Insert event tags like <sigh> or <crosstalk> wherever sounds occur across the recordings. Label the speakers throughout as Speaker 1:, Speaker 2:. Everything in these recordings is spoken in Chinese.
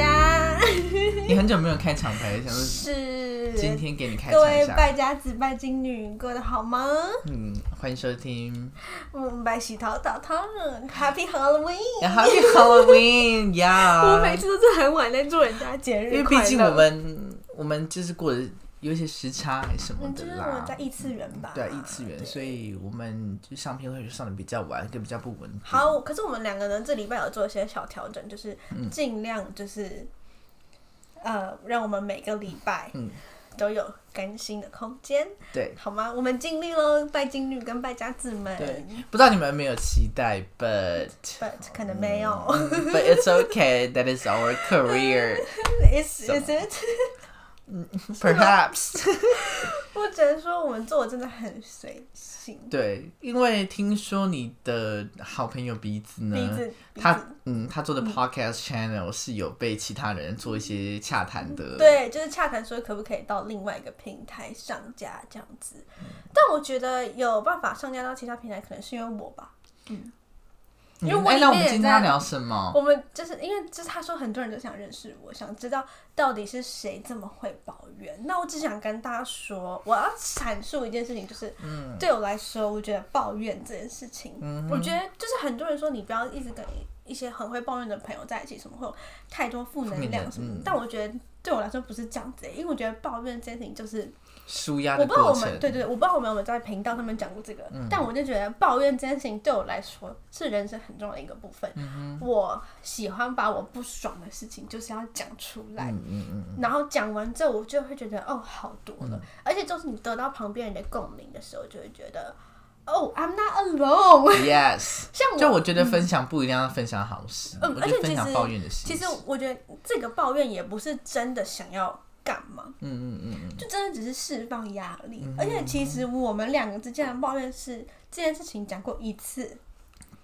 Speaker 1: 啊 <laughs> 很久没有开厂牌，想说
Speaker 2: 是
Speaker 1: 今天给你开场
Speaker 2: 各位
Speaker 1: 一下。
Speaker 2: 败家子、拜金女过得好吗？
Speaker 1: 嗯，欢迎收听
Speaker 2: 我们拜喜桃桃桃了，Happy Halloween！
Speaker 1: Happy Halloween <laughs> 呀、
Speaker 2: 我每次都是很晚在祝人家节
Speaker 1: 呃因
Speaker 2: 日
Speaker 1: 为
Speaker 2: 快乐
Speaker 1: 毕竟我们我们就是过得有一些时差还是什么
Speaker 2: 嗯，
Speaker 1: 的
Speaker 2: 就是我
Speaker 1: 啦。
Speaker 2: 在异次元吧。
Speaker 1: 对啊，异次元，所以我们就上片会上的比较晚，跟比较不稳定。
Speaker 2: 好，可是我们两个人这礼拜有做一些小调整，就是
Speaker 1: 嗯
Speaker 2: 尽量就是、呃，让我们每个礼拜
Speaker 1: 嗯
Speaker 2: 都有更新的空间，
Speaker 1: 对，
Speaker 2: 好吗？我们尽力喽，拜金女跟败家子们。
Speaker 1: 对不知道你们有没有期待，but
Speaker 2: <laughs> But 可能没有、 <laughs>
Speaker 1: but it's okay. That is our career.
Speaker 2: i s
Speaker 1: 什么
Speaker 2: is it？
Speaker 1: Perhaps
Speaker 2: 我只能说我们做的真的很随性，
Speaker 1: 对，因为听说你的好朋友鼻子呢，
Speaker 2: 鼻子鼻
Speaker 1: 他
Speaker 2: 子，
Speaker 1: 嗯，他做的 podcast channel 是有被其他人做一些洽谈的，，
Speaker 2: 对，就是洽谈说可不可以到另外一个平台上架这样子。但我觉得有办法上架到其他平台，可能是因为我吧。
Speaker 1: 嗯。
Speaker 2: 因为我
Speaker 1: 哎
Speaker 2: 里
Speaker 1: 那我
Speaker 2: 面
Speaker 1: 们
Speaker 2: 也
Speaker 1: 今天要
Speaker 2: 在
Speaker 1: 聊什么？
Speaker 2: 我们就是因为就是他说很多人都想认识我，想知道到底是谁这么会抱怨。那我只想跟大家说，我要阐述一件事情，就是、对我来说，我觉得抱怨这件事情，我觉得就是很多人说你不要一直跟一些很会抱怨的朋友在一起，什么会有太多负能量什么的。
Speaker 1: 嗯
Speaker 2: 但我觉得对我来说不是这样子、欸因为我觉得抱怨这件事情就是
Speaker 1: 舒压
Speaker 2: 我
Speaker 1: 的
Speaker 2: 不知道
Speaker 1: 过
Speaker 2: 我们
Speaker 1: 程，嗯
Speaker 2: 对对，对我不知道我们有没有在频道上面讲过这个，但我就觉得抱怨这件事情对我来说是人生很重要的一个部分。
Speaker 1: 嗯
Speaker 2: 我喜欢把我不爽的事情就是要讲出来，
Speaker 1: 嗯嗯嗯，
Speaker 2: 然后讲完之后我就会觉得哦好多了，而且就是你得到旁边人的共鸣的时候，就会觉得哦 I'm not alone。<laughs>
Speaker 1: 嗯 Yes，
Speaker 2: 像我
Speaker 1: 就我觉得分享不一定要分享好事，
Speaker 2: 嗯
Speaker 1: 我
Speaker 2: 而且
Speaker 1: 觉得分
Speaker 2: 其
Speaker 1: 享
Speaker 2: 实
Speaker 1: 抱怨的事。
Speaker 2: 其实我觉得这个抱怨也不是真的想要干嘛，
Speaker 1: 嗯嗯嗯嗯，
Speaker 2: 就真的只是释放压力。而且其实我们两个之间的抱怨是这件事情讲过一次，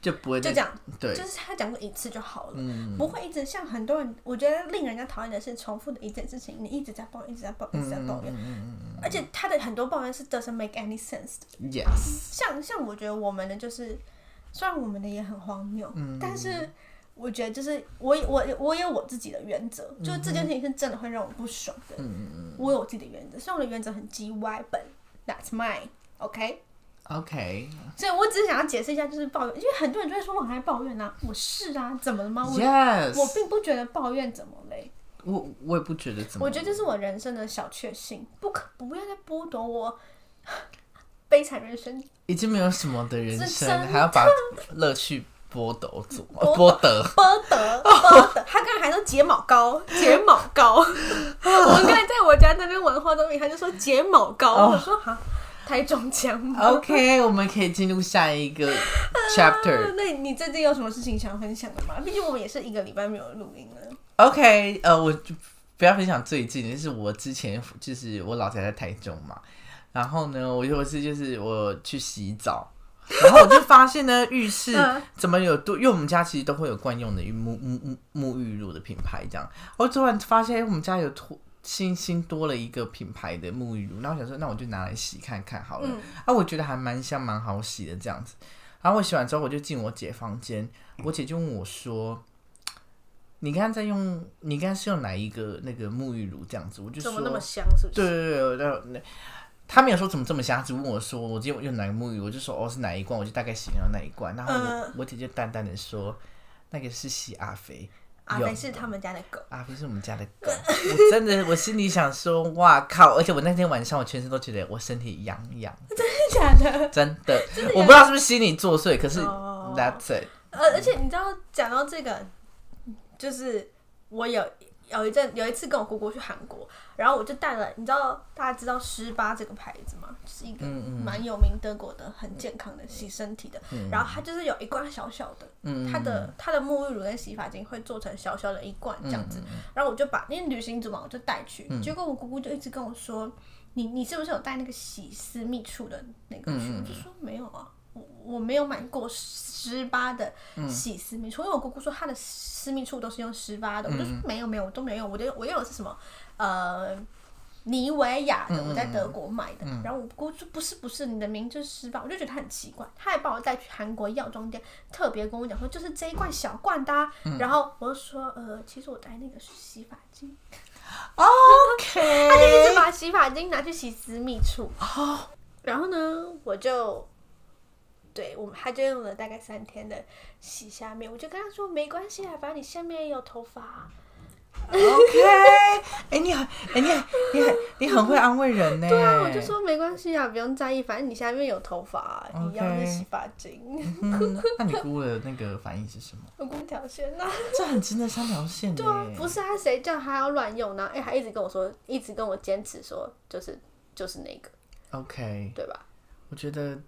Speaker 1: 就不会
Speaker 2: 就
Speaker 1: 再
Speaker 2: 这样，
Speaker 1: 对
Speaker 2: 就，是他讲过一次就好了。
Speaker 1: 嗯，
Speaker 2: 不会一直像很多人，我觉得令人家讨厌的是重复的一件事情，你一直在抱怨，一直在抱怨，一直在抱
Speaker 1: 嗯
Speaker 2: 怨，而且他的很多抱怨是 doesn't make any sense 的。
Speaker 1: Yes，
Speaker 2: 像像我觉得我们的就是，虽然我们的也很荒谬，
Speaker 1: 嗯
Speaker 2: 但是我觉得就是我我我有我自己的原则，就是这件事情是真的会让我不爽的。
Speaker 1: 嗯
Speaker 2: 我有我自己的原则，虽然我的原则很鸡歪本，That's mine。OK，
Speaker 1: ，OK，
Speaker 2: 所以我只是想要解释一下，就是抱怨，因为很多人就会说我很爱抱怨啊，我是啊，怎么了吗？我、我
Speaker 1: Yes，
Speaker 2: 并不觉得抱怨怎么嘞，
Speaker 1: 我我也不觉得怎么，
Speaker 2: 我觉得这是我人生的小确幸，不可不要再剥夺我 <laughs> 悲惨人生
Speaker 1: 已经没有什么的人
Speaker 2: 是
Speaker 1: 生
Speaker 2: 真
Speaker 1: 还要把乐趣剥夺
Speaker 2: <laughs>
Speaker 1: 走，
Speaker 2: 夺
Speaker 1: 剥
Speaker 2: 波
Speaker 1: 夺，
Speaker 2: 德，波德，他刚才还说睫毛膏，睫毛膏。我刚才在我家那边玩花东饼，他就说睫毛膏，
Speaker 1: 哦啊
Speaker 2: 我说哈，台中腔吗？
Speaker 1: OK，我们可以进入下一
Speaker 2: <laughs>
Speaker 1: 个
Speaker 2: 啊
Speaker 1: chapter。
Speaker 2: 那你最近有什么事情想分享的吗？毕竟我们也是一个礼拜没有录音了。
Speaker 1: OK，呃，我就不要分享最近，就是我之前就是我老家在台中嘛，然后呢，我有一次就是我去洗澡。然后我就发现呢，浴
Speaker 2: <laughs>
Speaker 1: 室
Speaker 2: 嗯
Speaker 1: 怎么有多？因为我们家其实都会有惯用的浴沐沐沐沐浴露的品牌，这样。我突然发现，哎我们家有多新新多了一个品牌的沐浴露，然后我想说，那我就拿来洗看看好了。
Speaker 2: 嗯
Speaker 1: 啊，我觉得还蛮香，蛮好洗的这样子。然后我洗完之后，我就进我姐房间，
Speaker 2: 嗯
Speaker 1: 我姐就问我说：“你刚刚在用，你刚刚是用哪一个那个沐浴乳这样子？”我就说：“
Speaker 2: 怎么那么香？是不是？
Speaker 1: 对对对，然后那他没有说怎么这么瞎，只问我说我今天用哪个沐浴，我就说哦是哪一罐，我就大概形容哪一罐。然后我、
Speaker 2: 嗯
Speaker 1: 我姐就淡淡的说，那个是洗阿肥，
Speaker 2: 阿
Speaker 1: 有
Speaker 2: 飞啊是他们家的狗，
Speaker 1: 阿肥是我们家的狗。我真的我心里想说，哇靠！而且我那天晚上我全身都觉得我身体痒痒，
Speaker 2: <laughs> 真的假的？
Speaker 1: 真的，我不知道是不是心理作祟，可是
Speaker 2: 哦
Speaker 1: that's it。
Speaker 2: 呃，而且你知道，讲到这个，就是我有有一阵有一次跟我姑姑去韩国，然后我就带了，你知道大家知道施巴这个牌子吗？就是一个
Speaker 1: 嗯嗯
Speaker 2: 蛮有名德国的很健康的洗身体的，然后它就是有一罐小小的，
Speaker 1: 嗯，
Speaker 2: 它的它的沐浴乳跟洗发精会做成小小的一罐这样
Speaker 1: 嗯
Speaker 2: 子，然后我就把因为旅行组嘛，我就带去，结果我姑姑就一直跟我说，你你是不是有带那个洗私密处的那个去？
Speaker 1: 嗯
Speaker 2: 我就说没有啊，我我没有买过十八的洗私密处，因为我姑姑说她的私密处都是用十八的，我就说没有没有，我都没有，我就我用的是什么呃。妮维雅的，我在德国买的。然后我姑说不是不是，你的名就是失败，我就觉得他很奇怪。他还帮我带去韩国药妆店，特别跟我讲说就是这一罐小罐的啊、然后我就说呃，其实我带那个是洗发精，
Speaker 1: OK，
Speaker 2: 他就一直把洗发精拿去洗私密处。哦然后呢，我就对我们他就用了大概三天的洗下面，我就跟他说没关系啊，反正你下面也有头发啊、
Speaker 1: OK，哎、 <laughs> 你很，哎、你很，你很，你很会安慰人呢。
Speaker 2: 对啊，我就说没关系啊，不用在意，反正你下面有头发啊、你要的
Speaker 1: OK
Speaker 2: 是洗发精， <laughs>
Speaker 1: 嗯，那你姑的那个反应是什么？
Speaker 2: 我光条线啊。
Speaker 1: 这很真的三条线
Speaker 2: 对啊
Speaker 1: 耶，
Speaker 2: 不是啊，谁叫他要乱用呢？哎、他一直跟我说，一直跟我坚持说，就是就是那个，
Speaker 1: OK，
Speaker 2: 对吧？
Speaker 1: 我觉得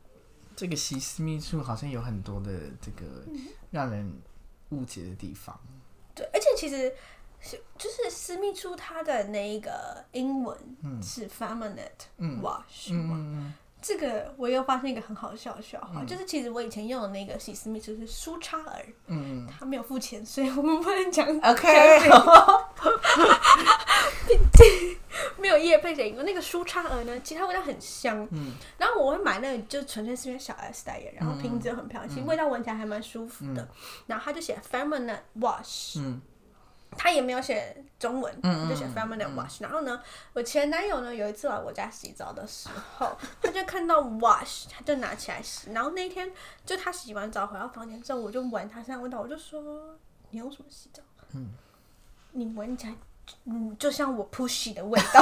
Speaker 1: 这个习私密处好像有很多的这个
Speaker 2: 嗯
Speaker 1: 让人误解的地方。
Speaker 2: 对，而且其实是就是私密处它的那一个英文是 feminine wash 嘛、
Speaker 1: 嗯，
Speaker 2: 这个我又发现一个很好笑的笑话，就是其实我以前用的那个洗私密处是舒叉儿，
Speaker 1: 嗯
Speaker 2: 他没有付钱，所以我们不能讲
Speaker 1: OK，
Speaker 2: <laughs> 没有夜配谁，那个舒叉儿呢，其实它味道很香，
Speaker 1: 嗯
Speaker 2: 然后我会买那个，就纯粹是因为小 S 代言，然后瓶子又很漂亮，其实味道闻起来还蛮舒服的。然后他就写 feminine wash，
Speaker 1: 嗯
Speaker 2: 他也没有写中文，
Speaker 1: 嗯嗯
Speaker 2: 他就写 feminine wash。然后呢，我前男友呢有一次来我家洗澡的时候，他就看到 wash，他就拿起来洗。然后那一天就他洗完澡回到房间之后，我就闻他身上的味道，我就说你用什么洗澡？
Speaker 1: 嗯
Speaker 2: 你闻起来，嗯，就像我 pushy 的味道。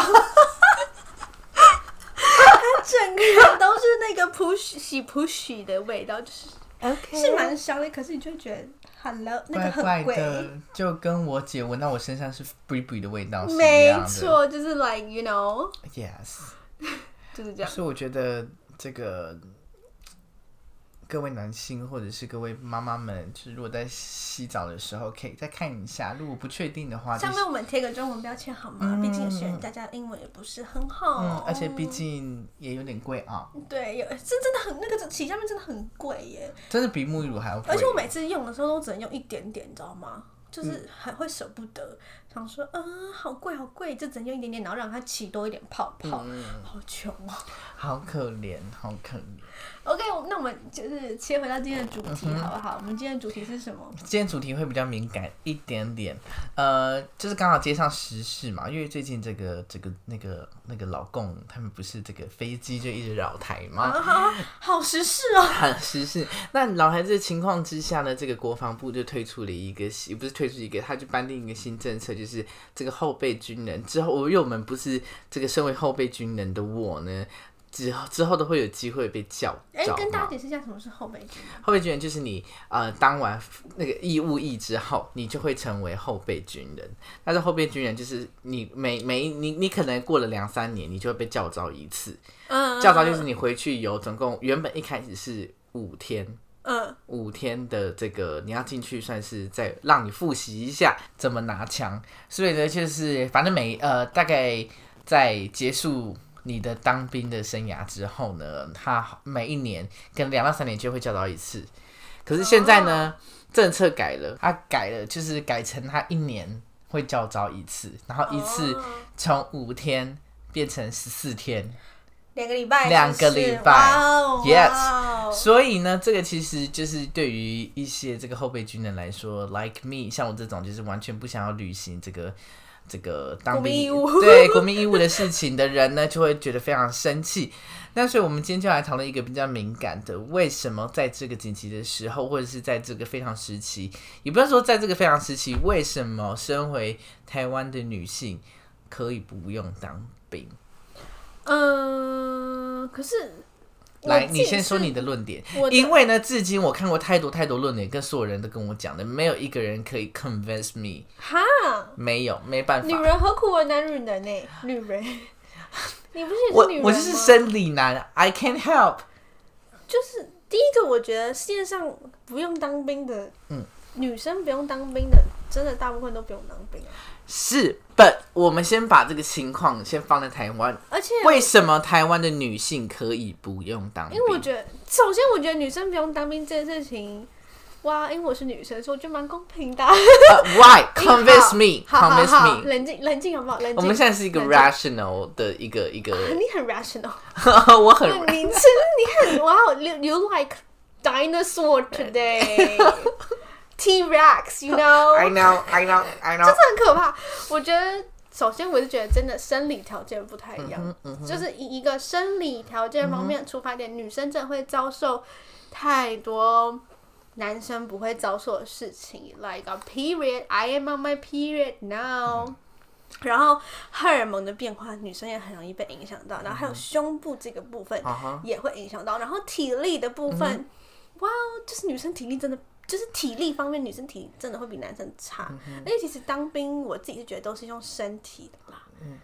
Speaker 2: 整个人都是那个 push 洗 push 的味道，就是
Speaker 1: ，OK，
Speaker 2: 是蛮香的，可是你就会觉得 hello 那个
Speaker 1: 怪
Speaker 2: 很
Speaker 1: 怪
Speaker 2: 贵，
Speaker 1: 的，就跟我姐闻到我身上是 bri bri 的味道啊是一
Speaker 2: 没
Speaker 1: 样的。
Speaker 2: 错，就是 like you know，
Speaker 1: Yes，
Speaker 2: 就是这样。
Speaker 1: 所以我觉得这个各位男性或者是各位妈妈们，就是如果在洗澡的时候可以再看一下，如果不确定的话，啊就
Speaker 2: 上
Speaker 1: 是
Speaker 2: 面我们贴个中文标签好吗？毕竟有些人大家英文也不是很好，
Speaker 1: 嗯，而且毕竟也有点贵啊，
Speaker 2: 对，有这真的很那个洗下面真的很贵耶，
Speaker 1: 真的比沐浴乳还要贵
Speaker 2: 而且。我每次用的时候都只能用一点点，你知道吗？就是
Speaker 1: 嗯
Speaker 2: 还会舍不得，想说，嗯，好贵好贵，就只能用一点点，然后让它起多一点泡泡，
Speaker 1: 嗯
Speaker 2: 好穷哦。
Speaker 1: 好可怜，好可怜。
Speaker 2: OK，我那我们就是切回到今天的主题，好不好？
Speaker 1: 嗯
Speaker 2: 我们今天的主题是什么？
Speaker 1: 今天主题会比较敏感一点点，呃，就是刚好接上时事嘛，因为最近这个这个那个那个老共他们不是这个飞机就一直扰台嘛，
Speaker 2: 啊，好好时事哦。
Speaker 1: 很时事。那老台这个情况之下呢，这个国防部就推出了一个新，不是推出一个，他就颁定一个新政策，就是这个后备军人之后，因为我们不是这个身为后备军人的我呢，之后之后都会有机会被叫
Speaker 2: 哎、
Speaker 1: 找
Speaker 2: 跟
Speaker 1: 嘛
Speaker 2: 大家解释一下什么是后备军。
Speaker 1: 后备军人就是你呃当完那个义务役之后，你就会成为后备军人。但是后备军人就是你每每你你可能过了两三年，你就会被叫招一次。
Speaker 2: 嗯
Speaker 1: 叫招就是你回去有总共原本一开始是五天。
Speaker 2: 嗯，
Speaker 1: 五天的这个你要进去，算是再让你复习一下怎么拿枪。所以呢，就是反正每呃大概在结束你的当兵的生涯之后呢，他每一年可能两到三年就会教导一次。可是现在呢，政策改了，他改了，就是改成他一年会教招一次，然后一次
Speaker 2: 哦
Speaker 1: 从五天变成十四天。
Speaker 2: 两个礼拜是不是，
Speaker 1: 两个礼拜
Speaker 2: 哇哦
Speaker 1: Yes
Speaker 2: 哇哦
Speaker 1: 所以呢，这个其实就是对于一些这个后备军人来说，like me，像我这种就是完全不想要履行这个这个
Speaker 2: 国
Speaker 1: 当兵
Speaker 2: 民义务
Speaker 1: 对国民义务的事情的人呢，就会觉得非常生气。那所以，我们今天就来讨论一个比较敏感的，为什么在这个紧急的时候，或者是在这个非常时期，也不要说在这个非常时期，为什么身为台湾的女性可以不用当兵？
Speaker 2: 嗯，可是我
Speaker 1: 来，
Speaker 2: 自己
Speaker 1: 你先说
Speaker 2: 是
Speaker 1: 你的论点
Speaker 2: 我，的
Speaker 1: 因为呢，至今我看过太多太多论点，跟所有人都跟我讲的，没有一个人可以 convince me，
Speaker 2: 哈，
Speaker 1: 没有，没办
Speaker 2: 女
Speaker 1: 法。
Speaker 2: 人何苦为难女人呢？女人，
Speaker 1: <laughs>
Speaker 2: 你不是也是女
Speaker 1: 我
Speaker 2: 人吗
Speaker 1: 我就是生理男，I can't help。
Speaker 2: 就是第一个，我觉得世界上不用当兵的，
Speaker 1: 嗯，
Speaker 2: 女生不用当兵的，真的大部分都不用当兵啊。
Speaker 1: 是，but 我们先把这个情况先放在台湾，
Speaker 2: 而且
Speaker 1: 为什么台湾的女性可以不用当
Speaker 2: 啊
Speaker 1: 兵
Speaker 2: 因为？我觉得，首先我觉得女生不用当兵这件事情，哇，因为我是女生，所以我觉得蛮公平的啊。
Speaker 1: 呃 why convince
Speaker 2: 好好好
Speaker 1: me，convince me。
Speaker 2: 冷静冷静好不好？冷静。
Speaker 1: 我们现在是一个
Speaker 2: 冷静
Speaker 1: rational 的一个一个， <laughs>
Speaker 2: 你很 rational，
Speaker 1: 我很
Speaker 2: 你你是你很哇，you you like dinosaur
Speaker 1: <laughs>
Speaker 2: today，T Rex，you know，
Speaker 1: I know I know I
Speaker 2: 这
Speaker 1: know
Speaker 2: 是。很可怕。我觉得首先我是觉得真的生理条件不太一样，就是以一个生理条件方面出发点，女生真的会遭受太多男生不会遭受的事情，like a period, I am on my period now、然后荷尔蒙的变化，女生也很容易被影响到，然后还有胸部这个部分
Speaker 1: 啊哈，
Speaker 2: 也会影响到，然后体力的部分，哇、就是女生体力真的，就是体力方面，女生体力真的会比男生差。而且其实当兵，我自己是觉得都是用身体的啦。嗯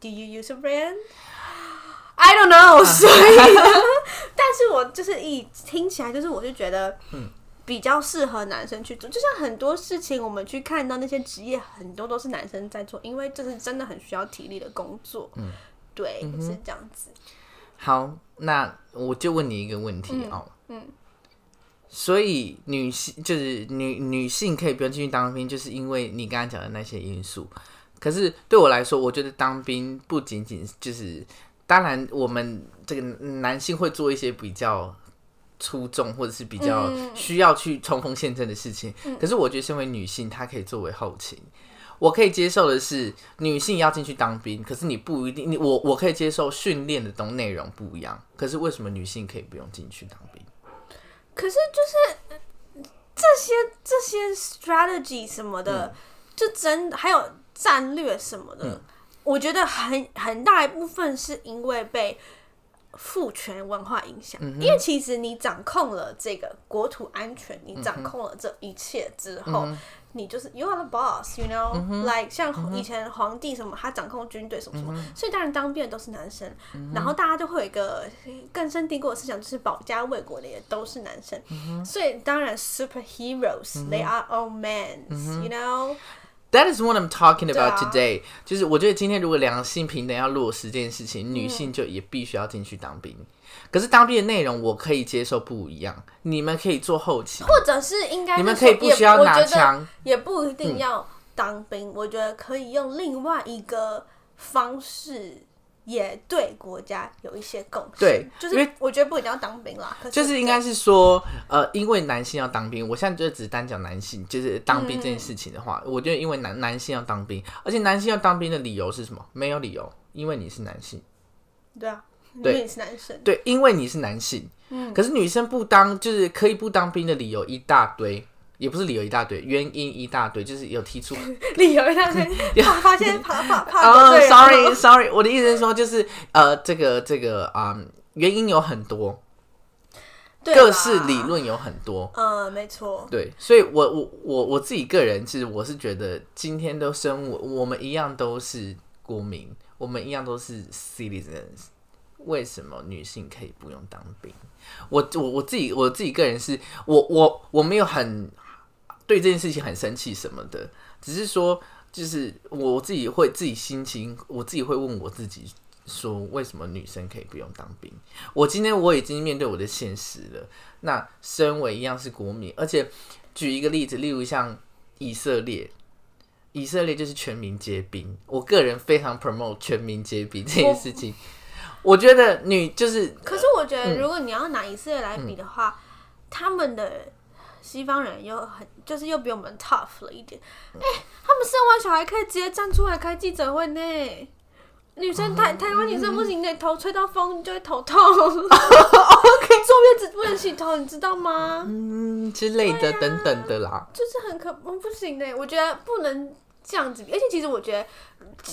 Speaker 2: ，Do you use a brain? I don't know，所以， <laughs> 但是我就是一听起来，就是我就觉得，比较适合男生去做，就像很多事情我们去看到那些职业，很多都是男生在做，因为这是真的很需要体力的工作。嗯，对，是这样子。
Speaker 1: 好，那我就问你一个问题哦。嗯。所以女性就是女女性可以不用进去当兵，就是因为你刚刚讲的那些因素。可是对我来说，我觉得当兵不仅仅就是，当然我们这个男性会做一些比较出众或者是比较需要去冲锋陷阵的事情。可是我觉得身为女性，她可以作为后勤。我可以接受的是，女性要进去当兵，可是你不一定，你我我可以接受训练的东内容不一样，可是为什么女性可以不用进去当兵？
Speaker 2: 可是就是呃这些这些 strategy 什么的，就真还有战略什么的，我觉得很很大一部分是因为被父权文化影响，因为其实你掌控了这个国土安全，你掌控了这一切之后。你就是 you are the boss，you know，like、像以前皇帝什么，他掌控军队什么什么，所以当然当兵的都是男生，然后大家就会有一个根深蒂固的思想，就是保家卫国的也都是男生，
Speaker 1: 嗯
Speaker 2: 所以当然 superheroes，they、are all
Speaker 1: 嗯
Speaker 2: men，you know，
Speaker 1: That is what I'm talking
Speaker 2: 啊
Speaker 1: about today、就是我觉得今天如果两性平等要落实这件事情，
Speaker 2: 嗯
Speaker 1: 女性就也必须要进去当兵。可是当兵的内容我可以接受不一样，你们可以做后勤，
Speaker 2: 或者是应该
Speaker 1: 你们
Speaker 2: 是
Speaker 1: 可以
Speaker 2: 说
Speaker 1: 不
Speaker 2: 也
Speaker 1: 需要
Speaker 2: 我
Speaker 1: 拿
Speaker 2: 觉得
Speaker 1: 枪
Speaker 2: 也不一定要当兵，我觉得可以用另外一个方式。也对国家有一些贡献，
Speaker 1: 对
Speaker 2: 就
Speaker 1: 因
Speaker 2: 是
Speaker 1: 为
Speaker 2: 我觉得不一定要当兵啦，可
Speaker 1: 就是应该是说，呃，因为男性要当兵，我现在就只单讲男性，就是当兵这件事情的话，我觉得因为男男性要当兵，而且男性要当兵的理由是什么？没有理由，因为你是男性。
Speaker 2: 对啊，因
Speaker 1: 对
Speaker 2: 为你是男
Speaker 1: <laughs>
Speaker 2: 生，
Speaker 1: 对，因为你是男性，
Speaker 2: 嗯
Speaker 1: 可是女生不当就是可以不当兵的理由一大堆，也不是理由一大堆，原因一大堆，就是有提出
Speaker 2: <laughs> 理由让
Speaker 1: <laughs>
Speaker 2: 人怕发现怕怕怕
Speaker 1: 哦、
Speaker 2: 得罪
Speaker 1: s
Speaker 2: 人
Speaker 1: o r r y sorry，我的意思是说，就是呃，这个这个啊、嗯原因有很多，
Speaker 2: 对啦
Speaker 1: 各式理，论有很多，
Speaker 2: 嗯，没错，
Speaker 1: 对，所以我我我我自己个人，其实我是觉得，今天都生我我们一样都是国民，我们一样都是 citizens，为什么女性可以不用当兵？我我我自己我自己个人是我我我没有很对这件事情很生气什么的，只是说就是我自己会自己心情，我自己会问我自己说，为什么女生可以不用当兵？我今天我已经面对我的现实了。那身为一样是国民，而且举一个例子，例如像以色列。以色列就是全民皆兵，我个人非常 promote 全民皆兵这件事情。我觉得女就是
Speaker 2: 可是我觉得如果你要拿以色列来比的话，他们的西方人又很就是又比我们 tough 了一点，哎，他们生完小孩可以直接站出来开记者会呢。女生台台湾女生不行，你头吹到风就会头痛。OK，坐月子不能洗头，你知道吗？
Speaker 1: 嗯之类的等等的啦。
Speaker 2: 就是很可，嗯不行的，我觉得不能这样子比。而且其实我觉得，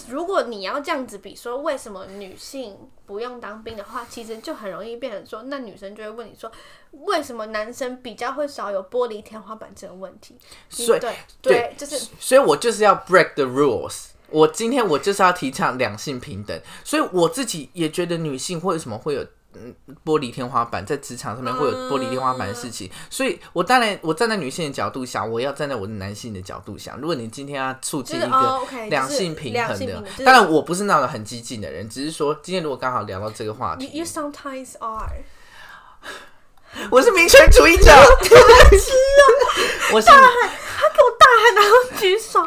Speaker 2: 如果你要这样子比，说为什么女性不用当兵的话，其实就很容易变成说，那女生就会问你说，为什么男生比较会少有玻璃天花板这个问题？
Speaker 1: 所以
Speaker 2: 对
Speaker 1: 对
Speaker 2: 对，就是
Speaker 1: 所以我就是要 break the rules。我今天我就是要提倡两性平等，所以我自己也觉得女性为什么会有嗯玻璃天花板，在职场上面会有
Speaker 2: 嗯
Speaker 1: 玻璃天花板的事情，所以我当然我站在女性的角度想，我要站在我的男性的角度想。如果你今天要促进一
Speaker 2: 就是哦
Speaker 1: 个
Speaker 2: ，OK，就是
Speaker 1: 两性平
Speaker 2: 两
Speaker 1: 衡
Speaker 2: 性平
Speaker 1: 的
Speaker 2: 等就，是
Speaker 1: 当然我不是那种很激进的人，只是说今天如果刚好聊到这个话
Speaker 2: you
Speaker 1: 题，
Speaker 2: you sometimes are。
Speaker 1: <laughs> 我是民权主义者，我是
Speaker 2: 他给我大喊，然后举
Speaker 1: <laughs>
Speaker 2: 手。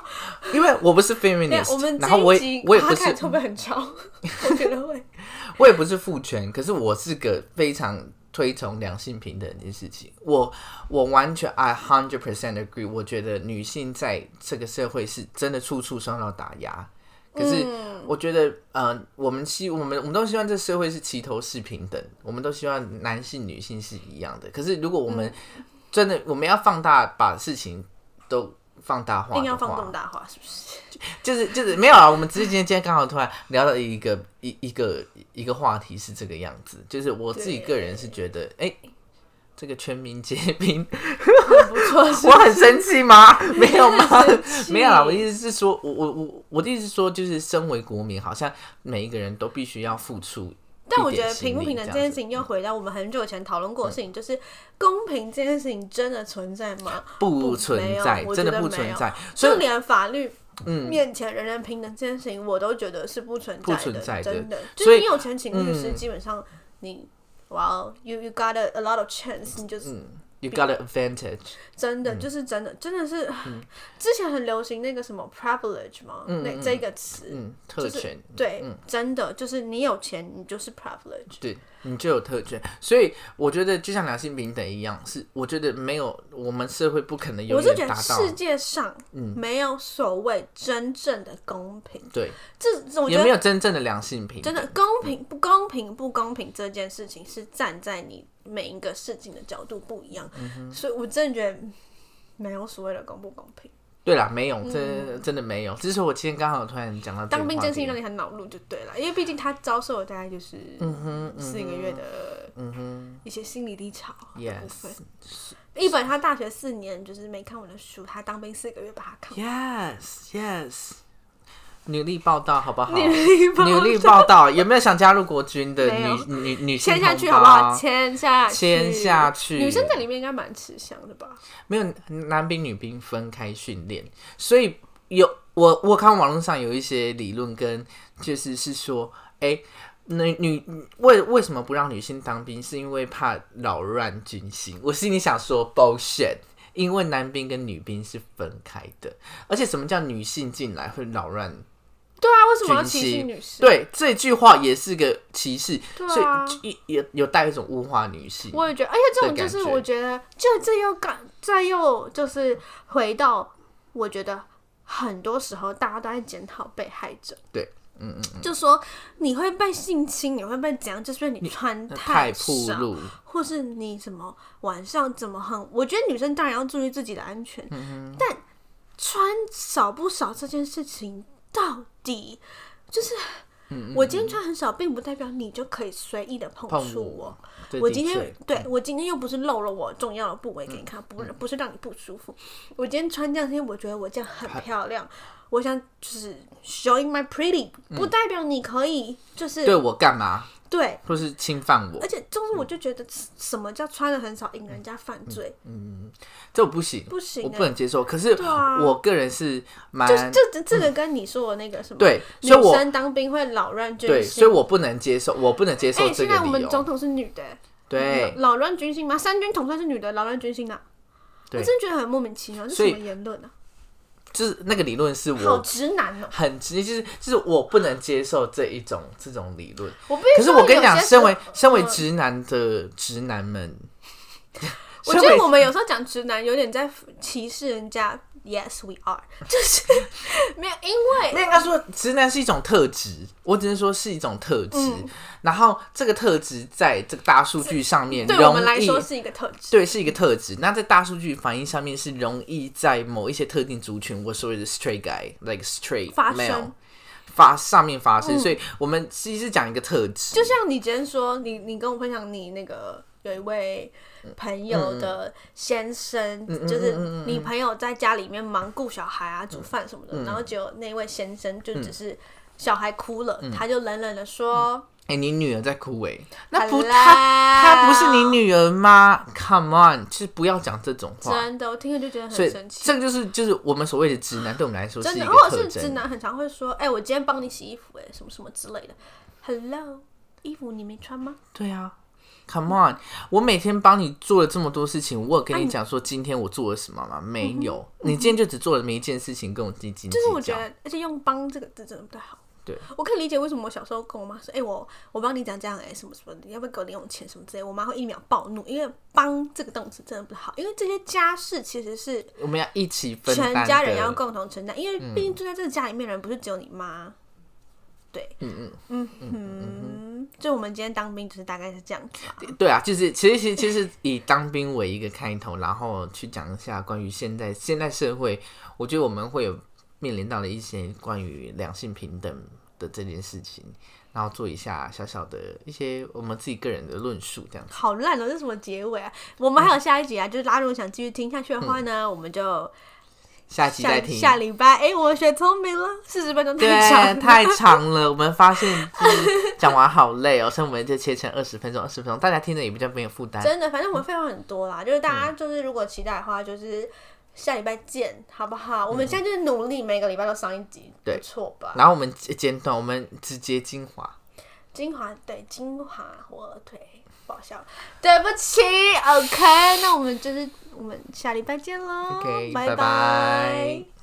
Speaker 1: 因为我不是
Speaker 2: 对，我
Speaker 1: feminist，
Speaker 2: 们
Speaker 1: 然后我
Speaker 2: 这一
Speaker 1: 也
Speaker 2: 集
Speaker 1: 我也
Speaker 2: 他
Speaker 1: 不是
Speaker 2: 看会不会很吵？ <laughs> 我觉得会。
Speaker 1: 我也不是父权，可是我是个非常推崇两性平等这件事情。我我完全 I hundred percent agree，我觉得女性在这个社会是真的处处受到打压。可是
Speaker 2: 嗯
Speaker 1: 我觉得，呃，我们希我们我们都希望这社会是齐头式平等，我们都希望男性女性是一样的。可是如果我们
Speaker 2: 嗯
Speaker 1: 真的我们要放大把事情都放大化
Speaker 2: 硬要
Speaker 1: 的
Speaker 2: 放这么
Speaker 1: 话，
Speaker 2: 大话，是不
Speaker 1: <laughs>
Speaker 2: 是？
Speaker 1: 就是就是没有啊。我们只是今天今天刚好突然聊到一个一一个一个话题是这个样子，就是我自己个人是觉得，哎、这个全民皆兵 <laughs>
Speaker 2: 很不错，是
Speaker 1: 我很生气
Speaker 2: <laughs>
Speaker 1: 吗？没有吗
Speaker 2: 很生？气
Speaker 1: <laughs> 没有啦，我的意思是说，我我我我的意思是说，就是身为国民，好像每一个人都必须要付出。
Speaker 2: 但我觉得平不平等这件事，
Speaker 1: 嗯
Speaker 2: 情，又回到我们很久以前讨论过的事情，就是公平这件事情真的存在吗？
Speaker 1: 不存在，
Speaker 2: 不没有
Speaker 1: 真的不
Speaker 2: 我觉得没
Speaker 1: 存
Speaker 2: 有
Speaker 1: 在，嗯所
Speaker 2: 就
Speaker 1: 以
Speaker 2: 连法律面前人人平等这件事情，我都觉得是不存在的，
Speaker 1: 不存在的
Speaker 2: 真的。就
Speaker 1: 所
Speaker 2: 是
Speaker 1: 以
Speaker 2: 你有钱请律师，
Speaker 1: 嗯
Speaker 2: 基本上你。哇、wow,，you you got a, a lot of chance，你就是、
Speaker 1: you got an advantage。
Speaker 2: 真
Speaker 1: 嗯
Speaker 2: 的、就是真的真的是、之前很流行那个什么 privilege 嘛，那这个词、
Speaker 1: 嗯，特
Speaker 2: 就是
Speaker 1: 权，
Speaker 2: 对、真的就是你有钱你就是 privilege，
Speaker 1: 对你就有特权。所以我觉得，就像两性平等一样，是我觉得没有我们社会不可能
Speaker 2: 我
Speaker 1: 永
Speaker 2: 是
Speaker 1: 远
Speaker 2: 觉得
Speaker 1: 达到嗯
Speaker 2: 世界上没有所谓真正的公平，
Speaker 1: 对，
Speaker 2: 这这我觉
Speaker 1: 有没
Speaker 2: 得
Speaker 1: 有真正的两性平等
Speaker 2: 真？的公平不公平不公平这件事情是站在你每一个事情的角度不一样，
Speaker 1: 嗯
Speaker 2: 所以我真的觉得没有所谓的公不公平。
Speaker 1: 对啦，没有，真真的没有。只是我今天刚好突然讲到这个
Speaker 2: 嗯当兵
Speaker 1: 话
Speaker 2: 这件事
Speaker 1: 题
Speaker 2: 情让你很恼怒就对了，因为毕竟他遭受了大概就是
Speaker 1: 嗯
Speaker 2: 四个月的一些心理低潮的部分。一本他大学四年就是没看我的书，他当兵四个月把它看完。
Speaker 1: Yes, yes，努力报道好不好？
Speaker 2: 努力报道
Speaker 1: 努力报道，有没有想加入国军的
Speaker 2: 没
Speaker 1: 女
Speaker 2: 有
Speaker 1: 女女性
Speaker 2: 签下去
Speaker 1: 同
Speaker 2: 好
Speaker 1: 胞
Speaker 2: 不好？签下去，
Speaker 1: 签下去
Speaker 2: 女生在里面应该蛮吃香的吧？
Speaker 1: 没有男兵女兵分开训练，所以有我我看网络上有一些理论跟就是是说，哎、女女为为什么不让女性当兵？是因为怕扰乱军心。我心里想说 bullshit，因为男兵跟女兵是分开的，而且什么叫女性进来会扰乱
Speaker 2: 对啊，为什么要
Speaker 1: 军
Speaker 2: 歧视
Speaker 1: 系
Speaker 2: 女，生？
Speaker 1: 对这句话也是个歧视，
Speaker 2: 对
Speaker 1: 所
Speaker 2: 啊
Speaker 1: 以一也有带一种物化女性。
Speaker 2: 我也觉得，而且这种就
Speaker 1: 的
Speaker 2: 是
Speaker 1: 感觉
Speaker 2: 我觉得，就这又感，这又就是回到我觉得很多时候大家都在检讨被害者，
Speaker 1: 对，
Speaker 2: 嗯嗯，就说你会被性侵，你会被怎样，就是因为你穿
Speaker 1: 那
Speaker 2: 太
Speaker 1: 呃暴
Speaker 2: 少，
Speaker 1: 露，
Speaker 2: 或是你什么晚上怎么很，我觉得女生当然要注意自己的安
Speaker 1: 嗯
Speaker 2: 全，但穿少不少这件事情到底就是。我今天穿很少，并不代表你就可以随意的碰
Speaker 1: 嗯碰
Speaker 2: 触
Speaker 1: 我
Speaker 2: 我。
Speaker 1: 对
Speaker 2: 我
Speaker 1: 的
Speaker 2: 今
Speaker 1: 确嗯
Speaker 2: 天对我今天又不是露了我重要的部位给你看，不是不是让你不舒服。我今天穿这样，是因为我觉得我这样很漂亮，我想就是 showing my pretty，不代表你可以就是
Speaker 1: 嗯对我干嘛，
Speaker 2: 对。
Speaker 1: 或是侵犯我
Speaker 2: 而，且就是我就觉得什么叫穿的很少引人家犯罪，
Speaker 1: 这我不行，
Speaker 2: 不行
Speaker 1: 嗯我
Speaker 2: 欸
Speaker 1: 不能接受。可是
Speaker 2: 对啊
Speaker 1: 我个人是蛮
Speaker 2: 就是这这这个跟你说的那个什么
Speaker 1: 嗯对
Speaker 2: 女
Speaker 1: 所以我
Speaker 2: 生当兵会扰乱军
Speaker 1: 对，
Speaker 2: 心，
Speaker 1: 所以我不能接受，我不能接
Speaker 2: 哎、
Speaker 1: 受这
Speaker 2: 现
Speaker 1: 个
Speaker 2: 在我
Speaker 1: 理
Speaker 2: 们总
Speaker 1: 由。
Speaker 2: 统是女的、
Speaker 1: 对，
Speaker 2: 扰乱军心吗？三军统帅是女的，扰乱军心呐、啊
Speaker 1: 对
Speaker 2: 我真的觉得很莫名其妙，这
Speaker 1: 所
Speaker 2: 什
Speaker 1: 以
Speaker 2: 么言论啊？
Speaker 1: 就是那个理论是
Speaker 2: 好
Speaker 1: 我
Speaker 2: 直男哦、
Speaker 1: 很直接，就是就是我不能接受这一种这种理论。
Speaker 2: 我必须
Speaker 1: 可是
Speaker 2: 说
Speaker 1: 我跟你讲，
Speaker 2: 哎有些
Speaker 1: 身为
Speaker 2: 时候
Speaker 1: 身为
Speaker 2: 嗯
Speaker 1: 直男的直男们，
Speaker 2: 我
Speaker 1: 身
Speaker 2: 觉得
Speaker 1: 为
Speaker 2: 我们有时候讲直男有点在歧视人家。Yes, we are，就是
Speaker 1: <laughs>
Speaker 2: 没有，因为
Speaker 1: 那应该说，直男是一种特质，我只能说是一种特质。
Speaker 2: 嗯
Speaker 1: 然后这个特质在这个大数据上面
Speaker 2: 对我
Speaker 1: 容
Speaker 2: 们来
Speaker 1: 易，
Speaker 2: 说是一个特质。
Speaker 1: 对，是一个特质。那在大数据反应上面是容易在某一些特定族群，我所谓的 straight guy，like straight
Speaker 2: 发生嗯
Speaker 1: male 发上面发生。所以我们其实是讲一个特质，
Speaker 2: 就像你今天说，你你跟我分享你那个有一位
Speaker 1: 嗯
Speaker 2: 朋友的先生，就是你朋友在家里面忙顾小孩啊、煮饭什么的，
Speaker 1: 嗯
Speaker 2: 然后结果那位先生就只是小孩哭了，
Speaker 1: 嗯
Speaker 2: 他就冷冷的说
Speaker 1: 哎、你女儿在哭哎、那：“
Speaker 2: 好
Speaker 1: 不她
Speaker 2: 啦
Speaker 1: 她不是你女儿吗？Come on，就是不要讲这种话。
Speaker 2: 真的，我听了就觉得
Speaker 1: 所
Speaker 2: 很
Speaker 1: 以
Speaker 2: 生气。
Speaker 1: 这个就是就是我们所谓的直男，对我们来说
Speaker 2: 真
Speaker 1: 是一
Speaker 2: 的，
Speaker 1: 个
Speaker 2: 或者
Speaker 1: 特
Speaker 2: 是直
Speaker 1: 征。
Speaker 2: 男很常会说，哎、我今天帮你洗衣服、哎，什么什么之类的。Hello，衣服你没穿吗？
Speaker 1: 对啊，Come on！我每天帮你做了这么多事情，我有跟你讲说今天我做了什么吗？没有，
Speaker 2: 嗯
Speaker 1: 你今天就只做了每一件事情，跟我斤斤计较。
Speaker 2: 就是我觉得，而且用“帮”这个字真的不太好。
Speaker 1: 对，
Speaker 2: 我可以理解为什么我小时候跟我妈说，哎、我我帮你讲这样、哎，什么什么，你要不要给我零用钱什么之类，我妈会一秒暴怒，因为“帮”这个动词真的不好，因为这些家事其实是
Speaker 1: 我们要一起分担
Speaker 2: 全
Speaker 1: 的，
Speaker 2: 嗯家人要共同承担，因为毕竟住在这个家里面的人不是只有你妈，对，嗯嗯嗯嗯就我们今天当兵就是大概是这样子吧。
Speaker 1: 对啊，就是其实其 <laughs> 实其实以当兵为一个开头，然后去讲一下关于现在现代社会，我觉得我们会有面临到了一些关于两性平等的这件事情，然后做一下小小的一些我们自己个人的论述，这样子。
Speaker 2: 好烂哦，这是什么结尾啊？我们还有下一集啊，就是大家如果想继续听下去的话呢，我们就
Speaker 1: 下期
Speaker 2: 下
Speaker 1: 再听。
Speaker 2: 下礼拜。哎、我学聪明了，四十分钟 <laughs>
Speaker 1: 对
Speaker 2: 太长，了。
Speaker 1: 太长了。我们发现就是讲完好累哦，所以我们就切成二十分钟，二十分钟，大家听着也比较没有负担。
Speaker 2: 真的，反正我们废话很多
Speaker 1: 嗯
Speaker 2: 啦，就是大家就是如果期待的话，就是下礼拜见，好不好？我们现在就是努力，每个礼拜都上一集，
Speaker 1: 对
Speaker 2: 不错吧？
Speaker 1: 然后我们剪剪短，我们直接精华。
Speaker 2: 精华对精华火腿爆笑，对不起，OK，那我们就是我们下礼拜见喽
Speaker 1: OK，
Speaker 2: 拜
Speaker 1: 拜拜